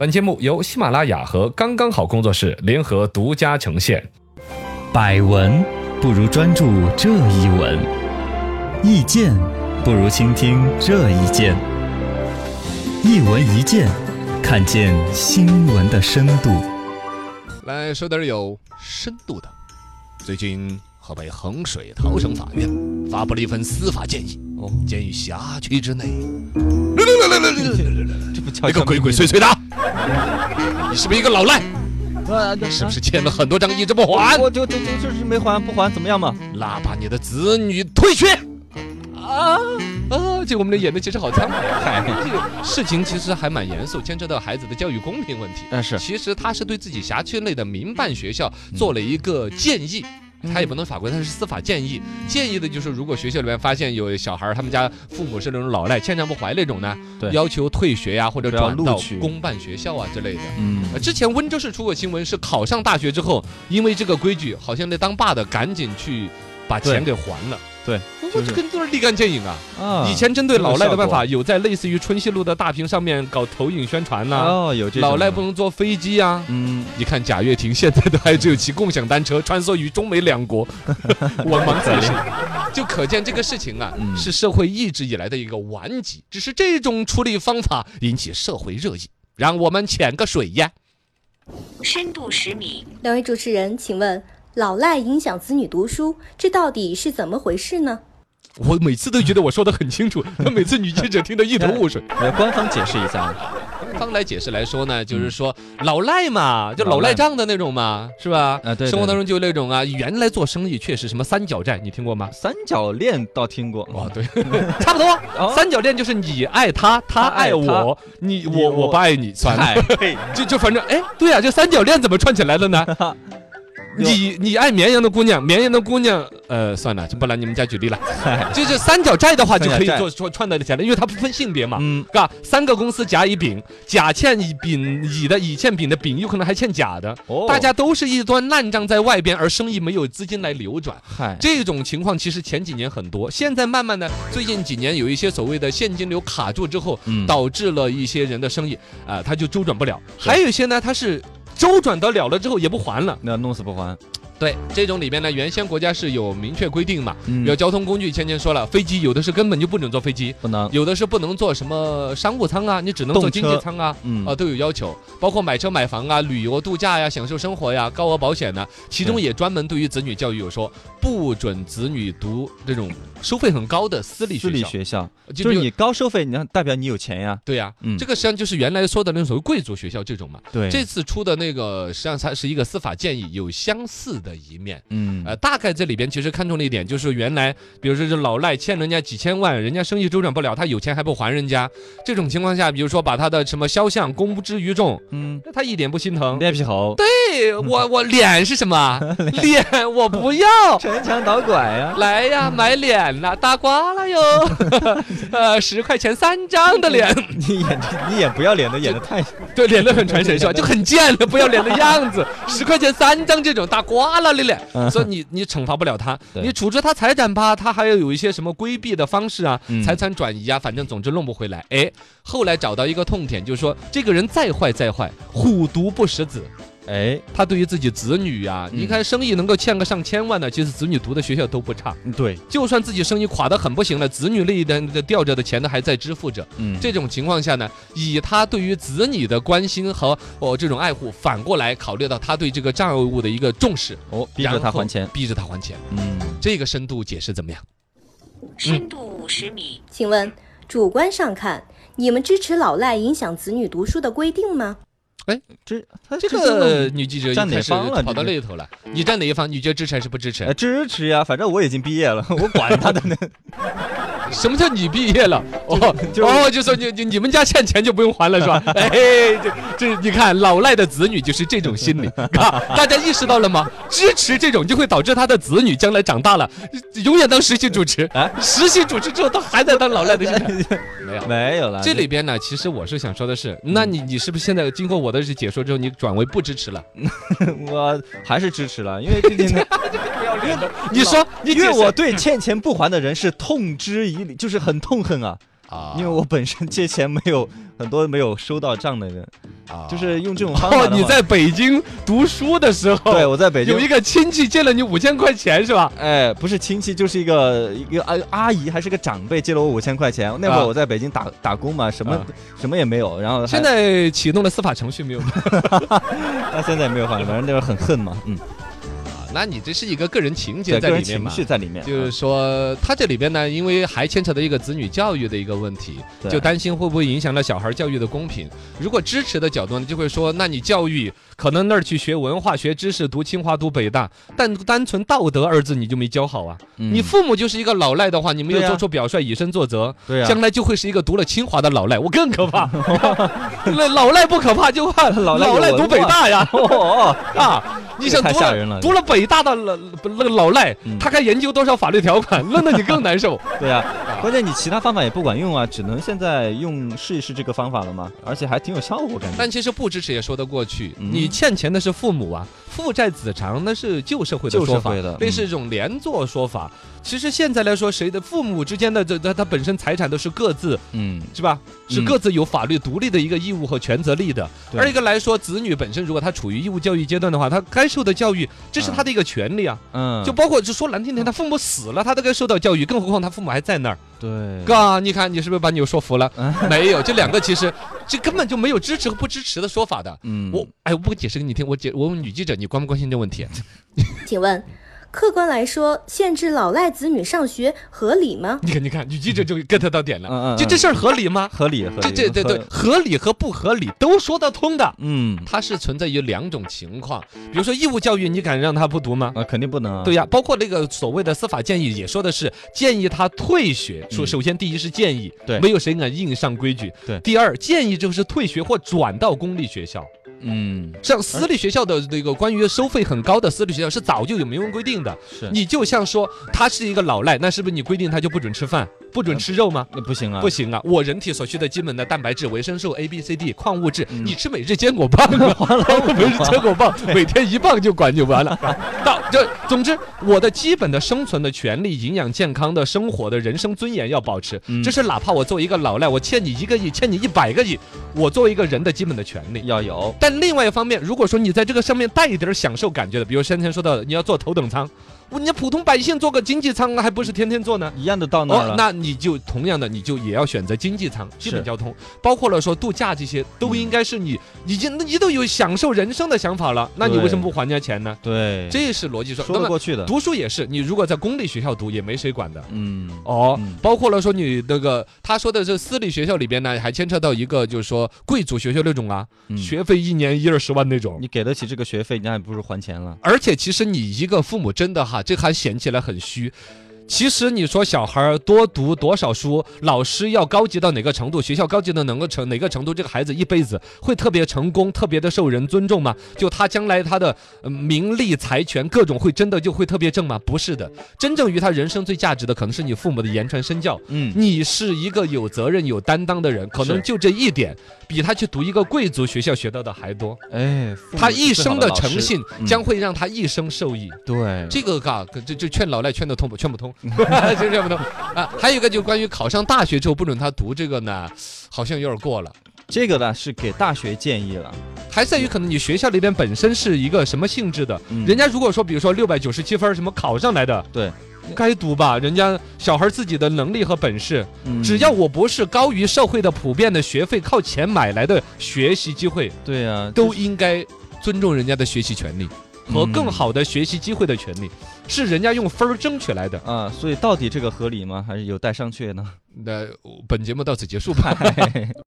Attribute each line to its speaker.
Speaker 1: 本节目由喜马拉雅和刚刚好工作室联合独家呈现。
Speaker 2: 百闻不如专注这一闻，意见不如倾听这一见。一闻一见，看见新闻的深度。
Speaker 3: 来说点有深度的。最近，河北衡水逃生法院发布了一份司法建议：
Speaker 4: 哦，
Speaker 3: 鉴于辖 区之内，
Speaker 4: 这不叫
Speaker 3: 那个哎鬼鬼祟祟的啊，你是不是一个老赖？
Speaker 4: 祟
Speaker 3: 是不？是欠了很多账一直不还？
Speaker 4: 哎我就这这就是没还，不还怎么样嘛？
Speaker 3: 拉把你的子女退学。啊啊！这我们的演的其实好苍白啊。
Speaker 4: 嗨，
Speaker 3: 这个事情其实还蛮严肃，牵扯到孩子的教育公平问题。
Speaker 4: 但呃是嗯
Speaker 3: 其实他是对自己辖区内的民办学校做了一个建议。他也不能法规，他是司法建议。建议的就是，如果学校里面发现有小孩儿，他们家父母是那种老赖、欠账不还那种呢，
Speaker 4: 对
Speaker 3: 要求退学呀、或者
Speaker 4: 不要
Speaker 3: 转到
Speaker 4: 录取
Speaker 3: 公办学校啊之类的。
Speaker 4: 嗯，
Speaker 3: 呃之前温州市出过新闻，是考上大学之后，因为这个规矩，好像那当爸的赶紧去把钱给还了。
Speaker 4: 对
Speaker 3: 我，
Speaker 4: 就
Speaker 3: 这
Speaker 4: 是
Speaker 3: 跟都是立竿见影啊！
Speaker 4: 啊
Speaker 3: 以前针对老赖的办
Speaker 4: 这个效
Speaker 3: 法，有在类似于春熙路的大屏上面搞投影宣传呐、
Speaker 4: 哦，有这种
Speaker 3: 老赖
Speaker 4: 的
Speaker 3: 不，能坐飞机呀、
Speaker 4: 嗯，
Speaker 3: 你看贾跃亭现在都还只有骑共享单车穿梭于中美两 国，我忙自是，就可见这个事情啊，
Speaker 4: 嗯
Speaker 3: 是社会一直以来的一个顽疾，只是这种处理方法引起社会热议，让我们潜个水呀。
Speaker 5: 深度十米，
Speaker 6: 两位主持人，请问老赖影响子女读书，这到底是怎么回事呢？
Speaker 3: 我每次都觉得我说的很清 楚，但每次女记者听得一头雾水。
Speaker 4: 我要官方解释一下，
Speaker 3: 方来解释来说呢，就是说老赖嘛，就老
Speaker 4: 嗯老
Speaker 3: 赖
Speaker 4: 赖
Speaker 3: 账的那种嘛，是吧？
Speaker 4: 啊对对
Speaker 3: 生活当中就有那种啊，原来做生意确实什么三角债，你听过吗？
Speaker 4: 三角恋倒听过，
Speaker 3: 哦，对， 差不多。
Speaker 4: 哦
Speaker 3: 三角恋就是你爱他，他
Speaker 4: 他
Speaker 3: 爱
Speaker 4: 爱
Speaker 3: 我，你
Speaker 4: 你
Speaker 3: 我我
Speaker 4: 我
Speaker 3: 不爱你，算了。
Speaker 4: 嗨，嘿
Speaker 3: 就就反正哎，对啊，这三角恋怎么串起来了 呢？你你爱绵阳的姑娘，绵阳的姑娘，呃，算了，就不拿你们家举例了。就是三角债的话，就可以
Speaker 4: 哎三角债
Speaker 3: 做串串到起来，因为它不分性别嘛。
Speaker 4: 嗯，
Speaker 3: 嘎，三个公司甲乙丙，甲欠乙丙乙的乙欠丙的丙，有可能还欠甲的，
Speaker 4: 哦
Speaker 3: 大家都是一端烂账在外边，而生意没有资金来流转。
Speaker 4: 嗨，
Speaker 3: 这种情况其实前几年很多，现在慢慢的，最近几年有一些所谓的现金流卡住之后，
Speaker 4: 嗯
Speaker 3: 导致了一些人的生意啊、他就周转不了。还有一些呢，他是周转得了了之后也不还了。
Speaker 4: 那弄死不还，
Speaker 3: 对，这种里边呢，原先国家是有明确规定嘛，比
Speaker 4: 嗯
Speaker 3: 如交通工具，前前说了，飞机有的是根本就不准坐飞机，
Speaker 4: 不能，
Speaker 3: 有的是不能坐什么商务舱啊，你只能坐
Speaker 4: 动
Speaker 3: 经济
Speaker 4: 车
Speaker 3: 舱啊。
Speaker 4: 嗯
Speaker 3: 啊，，都有要求，包括买车、买房啊、旅游度假呀、享受生活呀、高额保险呢、其中
Speaker 4: 对
Speaker 3: 也专门对于子女教育有说，不准子女读这种收费很高的私立
Speaker 4: 私
Speaker 3: 学
Speaker 4: 立
Speaker 3: 校。
Speaker 4: 学校
Speaker 3: 就
Speaker 4: 就是
Speaker 3: 比如
Speaker 4: 你高收费，你让代表你有钱呀，
Speaker 3: 对呀、
Speaker 4: 嗯
Speaker 3: 这个实际上就是原来说的那种所谓贵族学校这种嘛。
Speaker 4: 对
Speaker 3: 这次出的那个实际上它是一个司法建议，有相似的一面。
Speaker 4: 嗯
Speaker 3: 呃，大概这里边其实看中了一点，就是原来比如说这老赖欠人家几千万，人家生意周转不了，他有钱还不还人家，这种情况下，比如说把他的什么肖像公之于众，
Speaker 4: 嗯，
Speaker 3: 那他一点不心 疼。
Speaker 4: 赖皮猴，
Speaker 3: 哎我我脸是什么？脸我不要。
Speaker 4: 城墙倒拐呀，
Speaker 3: 来呀，买脸了，打刮了哟， 呃，十块钱三张的脸，
Speaker 4: 你演这你演不要脸的演的太，
Speaker 3: 对，脸得很传神是吧？就很贱 的不要脸的样子，十块钱三张这种打刮了的脸，
Speaker 4: 嗯
Speaker 3: 所以你你惩罚不了他，
Speaker 4: 对
Speaker 3: 你处置他财产吧，他还要有一些什么规避的方式啊，
Speaker 4: 嗯
Speaker 3: 财产转移啊，反正总之弄不回来。哎，后来找到一个痛点，就是说这个人再坏再坏，虎毒不食子，
Speaker 4: 哎，
Speaker 3: 他对于自己子女啊，
Speaker 4: 嗯
Speaker 3: 你看生意能够欠个上千万的，其实子女读的学校都不差。
Speaker 4: 对，
Speaker 3: 就算自己生意垮得很不行了，子女那一端的吊着的钱呢还在支付着。
Speaker 4: 嗯，
Speaker 3: 这种情况下呢，以他对于子女的关心和哦这种爱护，反过来考虑到他对这个障碍物的一个重视，
Speaker 4: 哦，逼着他
Speaker 3: 然后
Speaker 4: 还钱，
Speaker 3: 逼着他还钱。
Speaker 4: 嗯。
Speaker 3: 这个深度解释怎么样？
Speaker 5: 深度五十米，
Speaker 6: 请问，主观上看，你们支持老赖影响子女读书的规定吗？
Speaker 4: 支他
Speaker 3: 这
Speaker 4: 支持了
Speaker 3: 个女记者一
Speaker 4: 站哪
Speaker 3: 开始
Speaker 4: 方了
Speaker 3: 跑到
Speaker 4: 这是
Speaker 3: 那一头了，你站哪一方？你觉得支持还是不支持
Speaker 4: 呃？支持呀，反正我已经毕业了，我管他的呢。
Speaker 3: 什么叫你毕业了？哦
Speaker 4: 就是
Speaker 3: 哦，就说你你你们家欠钱就不用还了是 吧？哎，这这你看老赖的子女就是这种 心理，啊、大家意识到了吗？支持这种就会导致他的子女将来长大了，永远当实习主持
Speaker 4: 啊，
Speaker 3: 实习主持之后他还在当老赖的心 态，没有。
Speaker 4: 没有了，
Speaker 3: 这里边呢，其实我是想说的是，那你你是不是现在经过我的解说之后，你转为不支持了？
Speaker 4: 我还是支持了，因为毕 竟呢
Speaker 3: 你说，你
Speaker 4: 因为
Speaker 3: 解释
Speaker 4: 我对欠钱不还的人是痛之以理，就是很痛恨啊。
Speaker 3: 啊，
Speaker 4: 因为我本身借钱没有很多没有收到账的人，
Speaker 3: 啊
Speaker 4: 就是用这种方法
Speaker 3: 哦，
Speaker 4: 的话。
Speaker 3: 你在北京读书的时候，
Speaker 4: 对我在北京
Speaker 3: 有一个亲戚借了你五千块钱是吧？
Speaker 4: 哎，不是亲戚，就是一个一个阿呃阿姨，还是个长辈，借了我五千块钱。那会
Speaker 3: 啊
Speaker 4: 儿我在北京打、打工嘛，什么、
Speaker 3: 啊
Speaker 4: 什么也没有，然后还
Speaker 3: 现在启动了司法程序没有？
Speaker 4: 到现在也没有还，反正那会儿很恨嘛，嗯，
Speaker 3: 那你这是一个个人情节
Speaker 4: 对
Speaker 3: 在
Speaker 4: 个
Speaker 3: 里
Speaker 4: 人
Speaker 3: 面
Speaker 4: 情
Speaker 3: 嘛？
Speaker 4: 绪在里面，嗯
Speaker 3: 就是说，他这里边呢，因为还牵扯到一个子女教育的一个问题，
Speaker 4: 对
Speaker 3: 就担心会不会影响到小孩教育的公平。如果支持的角度呢，就会说，那你教育可能那儿去学文化、学知识，读清华、读北大，但单纯道德二字你就没教好啊。
Speaker 4: 嗯
Speaker 3: 你父母就是一个老赖的话，你没有
Speaker 4: 对啊
Speaker 3: 做出表率，以身作则，
Speaker 4: 对啊
Speaker 3: 将来就会是一个读了清华的老赖，我更可 怕。那老赖不可怕，就怕老
Speaker 4: 赖有文化
Speaker 3: 读北大呀。
Speaker 4: 哦，
Speaker 3: 啊，你想
Speaker 4: 这太
Speaker 3: 读
Speaker 4: 吓人了
Speaker 3: 读了北大的老那个老赖，
Speaker 4: 嗯
Speaker 3: 他还研究多少法律条款， 弄得你更难受。
Speaker 4: 对啊，关键你其他方法也不管用啊，只能现在用试一试这个方法了嘛，而且还挺有效果感觉。
Speaker 3: 但其实不支持也说得过去，
Speaker 4: 嗯
Speaker 3: 你欠钱的是父母啊，父债子偿那是旧社会的嗯
Speaker 4: 旧
Speaker 3: 说
Speaker 4: 社
Speaker 3: 法
Speaker 4: 会的，
Speaker 3: 类似这种连坐说法。其实现在来说，谁的父母之间的这他他本身财产都是各自
Speaker 4: 嗯，
Speaker 3: 是吧？是
Speaker 4: 嗯
Speaker 3: 各自有法律独立的一个义务和权责力的。
Speaker 4: 对
Speaker 3: 而一个来说，子女本身如果他处于义务教育阶段的话，他该受的教育，这是他的一个权利啊。
Speaker 4: 嗯，
Speaker 3: 就包括就说难听点，他父母死了，他都该受到教育，更何况他父母还在那儿。
Speaker 4: 对，
Speaker 3: 哥，你看你是不是把你又说服了
Speaker 4: 嗯？
Speaker 3: 没有，这两个其实这根本就没有支持和不支持的说法的。
Speaker 4: 嗯，
Speaker 3: 我哎，我不解释给你听，我解我问女记者，你关不关心这问 题？
Speaker 6: 请问，客观来说，限制老赖子女上学合理吗？
Speaker 3: 你看，你看，女记者就 get 到点
Speaker 4: 嗯
Speaker 3: 了，
Speaker 4: 嗯
Speaker 3: 就这事儿合理吗？
Speaker 4: 合理合理，
Speaker 3: 这这这对
Speaker 4: 合，
Speaker 3: 合理和不合理都说得通的。
Speaker 4: 嗯
Speaker 3: 它是存在于两种情况，比如说义务教育，你敢让他不读吗？
Speaker 4: 啊，肯定不能啊，
Speaker 3: 对呀，包括那个所谓的司法建议也说的是建议他退学，说
Speaker 4: 嗯
Speaker 3: 首先第一是建议，
Speaker 4: 对
Speaker 3: 没有谁敢硬上规矩。
Speaker 4: 对
Speaker 3: 第二建议就是退学或转到公立学校，
Speaker 4: 嗯，
Speaker 3: 像私立学校的那个关于收费很高的私立学校是早就有明文规定的。
Speaker 4: 是
Speaker 3: 你就像说他是一个老赖，那是不是你规定他就不准吃饭、不
Speaker 4: 呃
Speaker 3: 准吃肉吗？
Speaker 4: 那不行啊，
Speaker 3: 不行啊！我人体所需的基本的蛋白质、维生素 A、B、C、D、矿物质，
Speaker 4: 嗯
Speaker 3: 你吃每日坚果棒 啊，每日坚果棒，每天一磅就管就完了。 到这，总之我的基本的生存的权利、营养健康的生活的人生尊严要保持，
Speaker 4: 嗯
Speaker 3: 这是哪怕我作为一个老赖，我欠你一个亿，欠你一百个亿，我作为一个人的基本的权利。
Speaker 4: 要有，
Speaker 3: 但另外一方面，如果说你在这个上面带一点享受感觉的，比如先前说到的，你要坐头等舱，我人家普通百姓坐个经济舱还不是天天坐呢？
Speaker 4: 一样的到那儿
Speaker 3: 哦
Speaker 4: 了，，
Speaker 3: 那你就同样的，你就也要选择经济舱、基本交通，包括了说度假这些，都应该是你已经你都有享受人生的想法了，那你为什么不还人家钱呢？
Speaker 4: 对，
Speaker 3: 这是逻辑说。
Speaker 4: 嗯说
Speaker 3: 那
Speaker 4: 得
Speaker 3: 么
Speaker 4: 过去的，
Speaker 3: 读书也是，你如果在公立学校读，也没谁管的。
Speaker 4: 嗯，
Speaker 3: 哦
Speaker 4: 嗯，
Speaker 3: 包括了说你那个他说的是私立学校里边呢，还牵扯到一个就是说贵族学校那种啊，
Speaker 4: 嗯
Speaker 3: 学费一年一二十万那种。
Speaker 4: 你给得起这个学费，那还不如还钱了。
Speaker 3: 而且其实你一个父母真的哈，这还显起来很虚。其实你说小孩儿多读多少书，老师要高级到哪个程度，学校高级到哪个程哪个程度，这个孩子一辈子会特别成功，特别的受人尊重吗？就他将来他的、呃名利财权各种会真的就会特别正吗？不是的，真正于他人生最价值的可能是你父母的言传身教。
Speaker 4: 嗯，
Speaker 3: 你是一个有责任、有担当的人，可能
Speaker 4: 是
Speaker 3: 就这一点，比他去读一个贵族学校学到的还多。
Speaker 4: 哎，父母
Speaker 3: 他
Speaker 4: 是
Speaker 3: 一
Speaker 4: 最
Speaker 3: 生
Speaker 4: 好
Speaker 3: 的
Speaker 4: 老师
Speaker 3: 诚信
Speaker 4: 嗯
Speaker 3: 将会让他一生受益。
Speaker 4: 对，
Speaker 3: 这个嘎，可这这劝老赖劝得通不？劝不 通，这劝不通啊！还有一个就是关于考上大学之后不准他读这个呢，好像有点过了。
Speaker 4: 这个呢是给大学建议了，
Speaker 3: 还在于可能你学校里边本身是一个什么性质的，
Speaker 4: 嗯
Speaker 3: 人家如果说比如说六百九十七分儿什么考上来的，
Speaker 4: 对，
Speaker 3: 该读吧，人家小孩自己的能力和本事，
Speaker 4: 嗯
Speaker 3: 只要我不是高于社会的普遍的学费靠钱买来的学习机会，
Speaker 4: 对啊，
Speaker 3: 都应该尊重人家的学习权利和
Speaker 4: 嗯
Speaker 3: 更好的学习机会的权利，是人家用分儿争取来的。
Speaker 4: 啊， 所以到底这个合理吗？还是有待商榷呢？
Speaker 3: 那我本节目到此结束吧。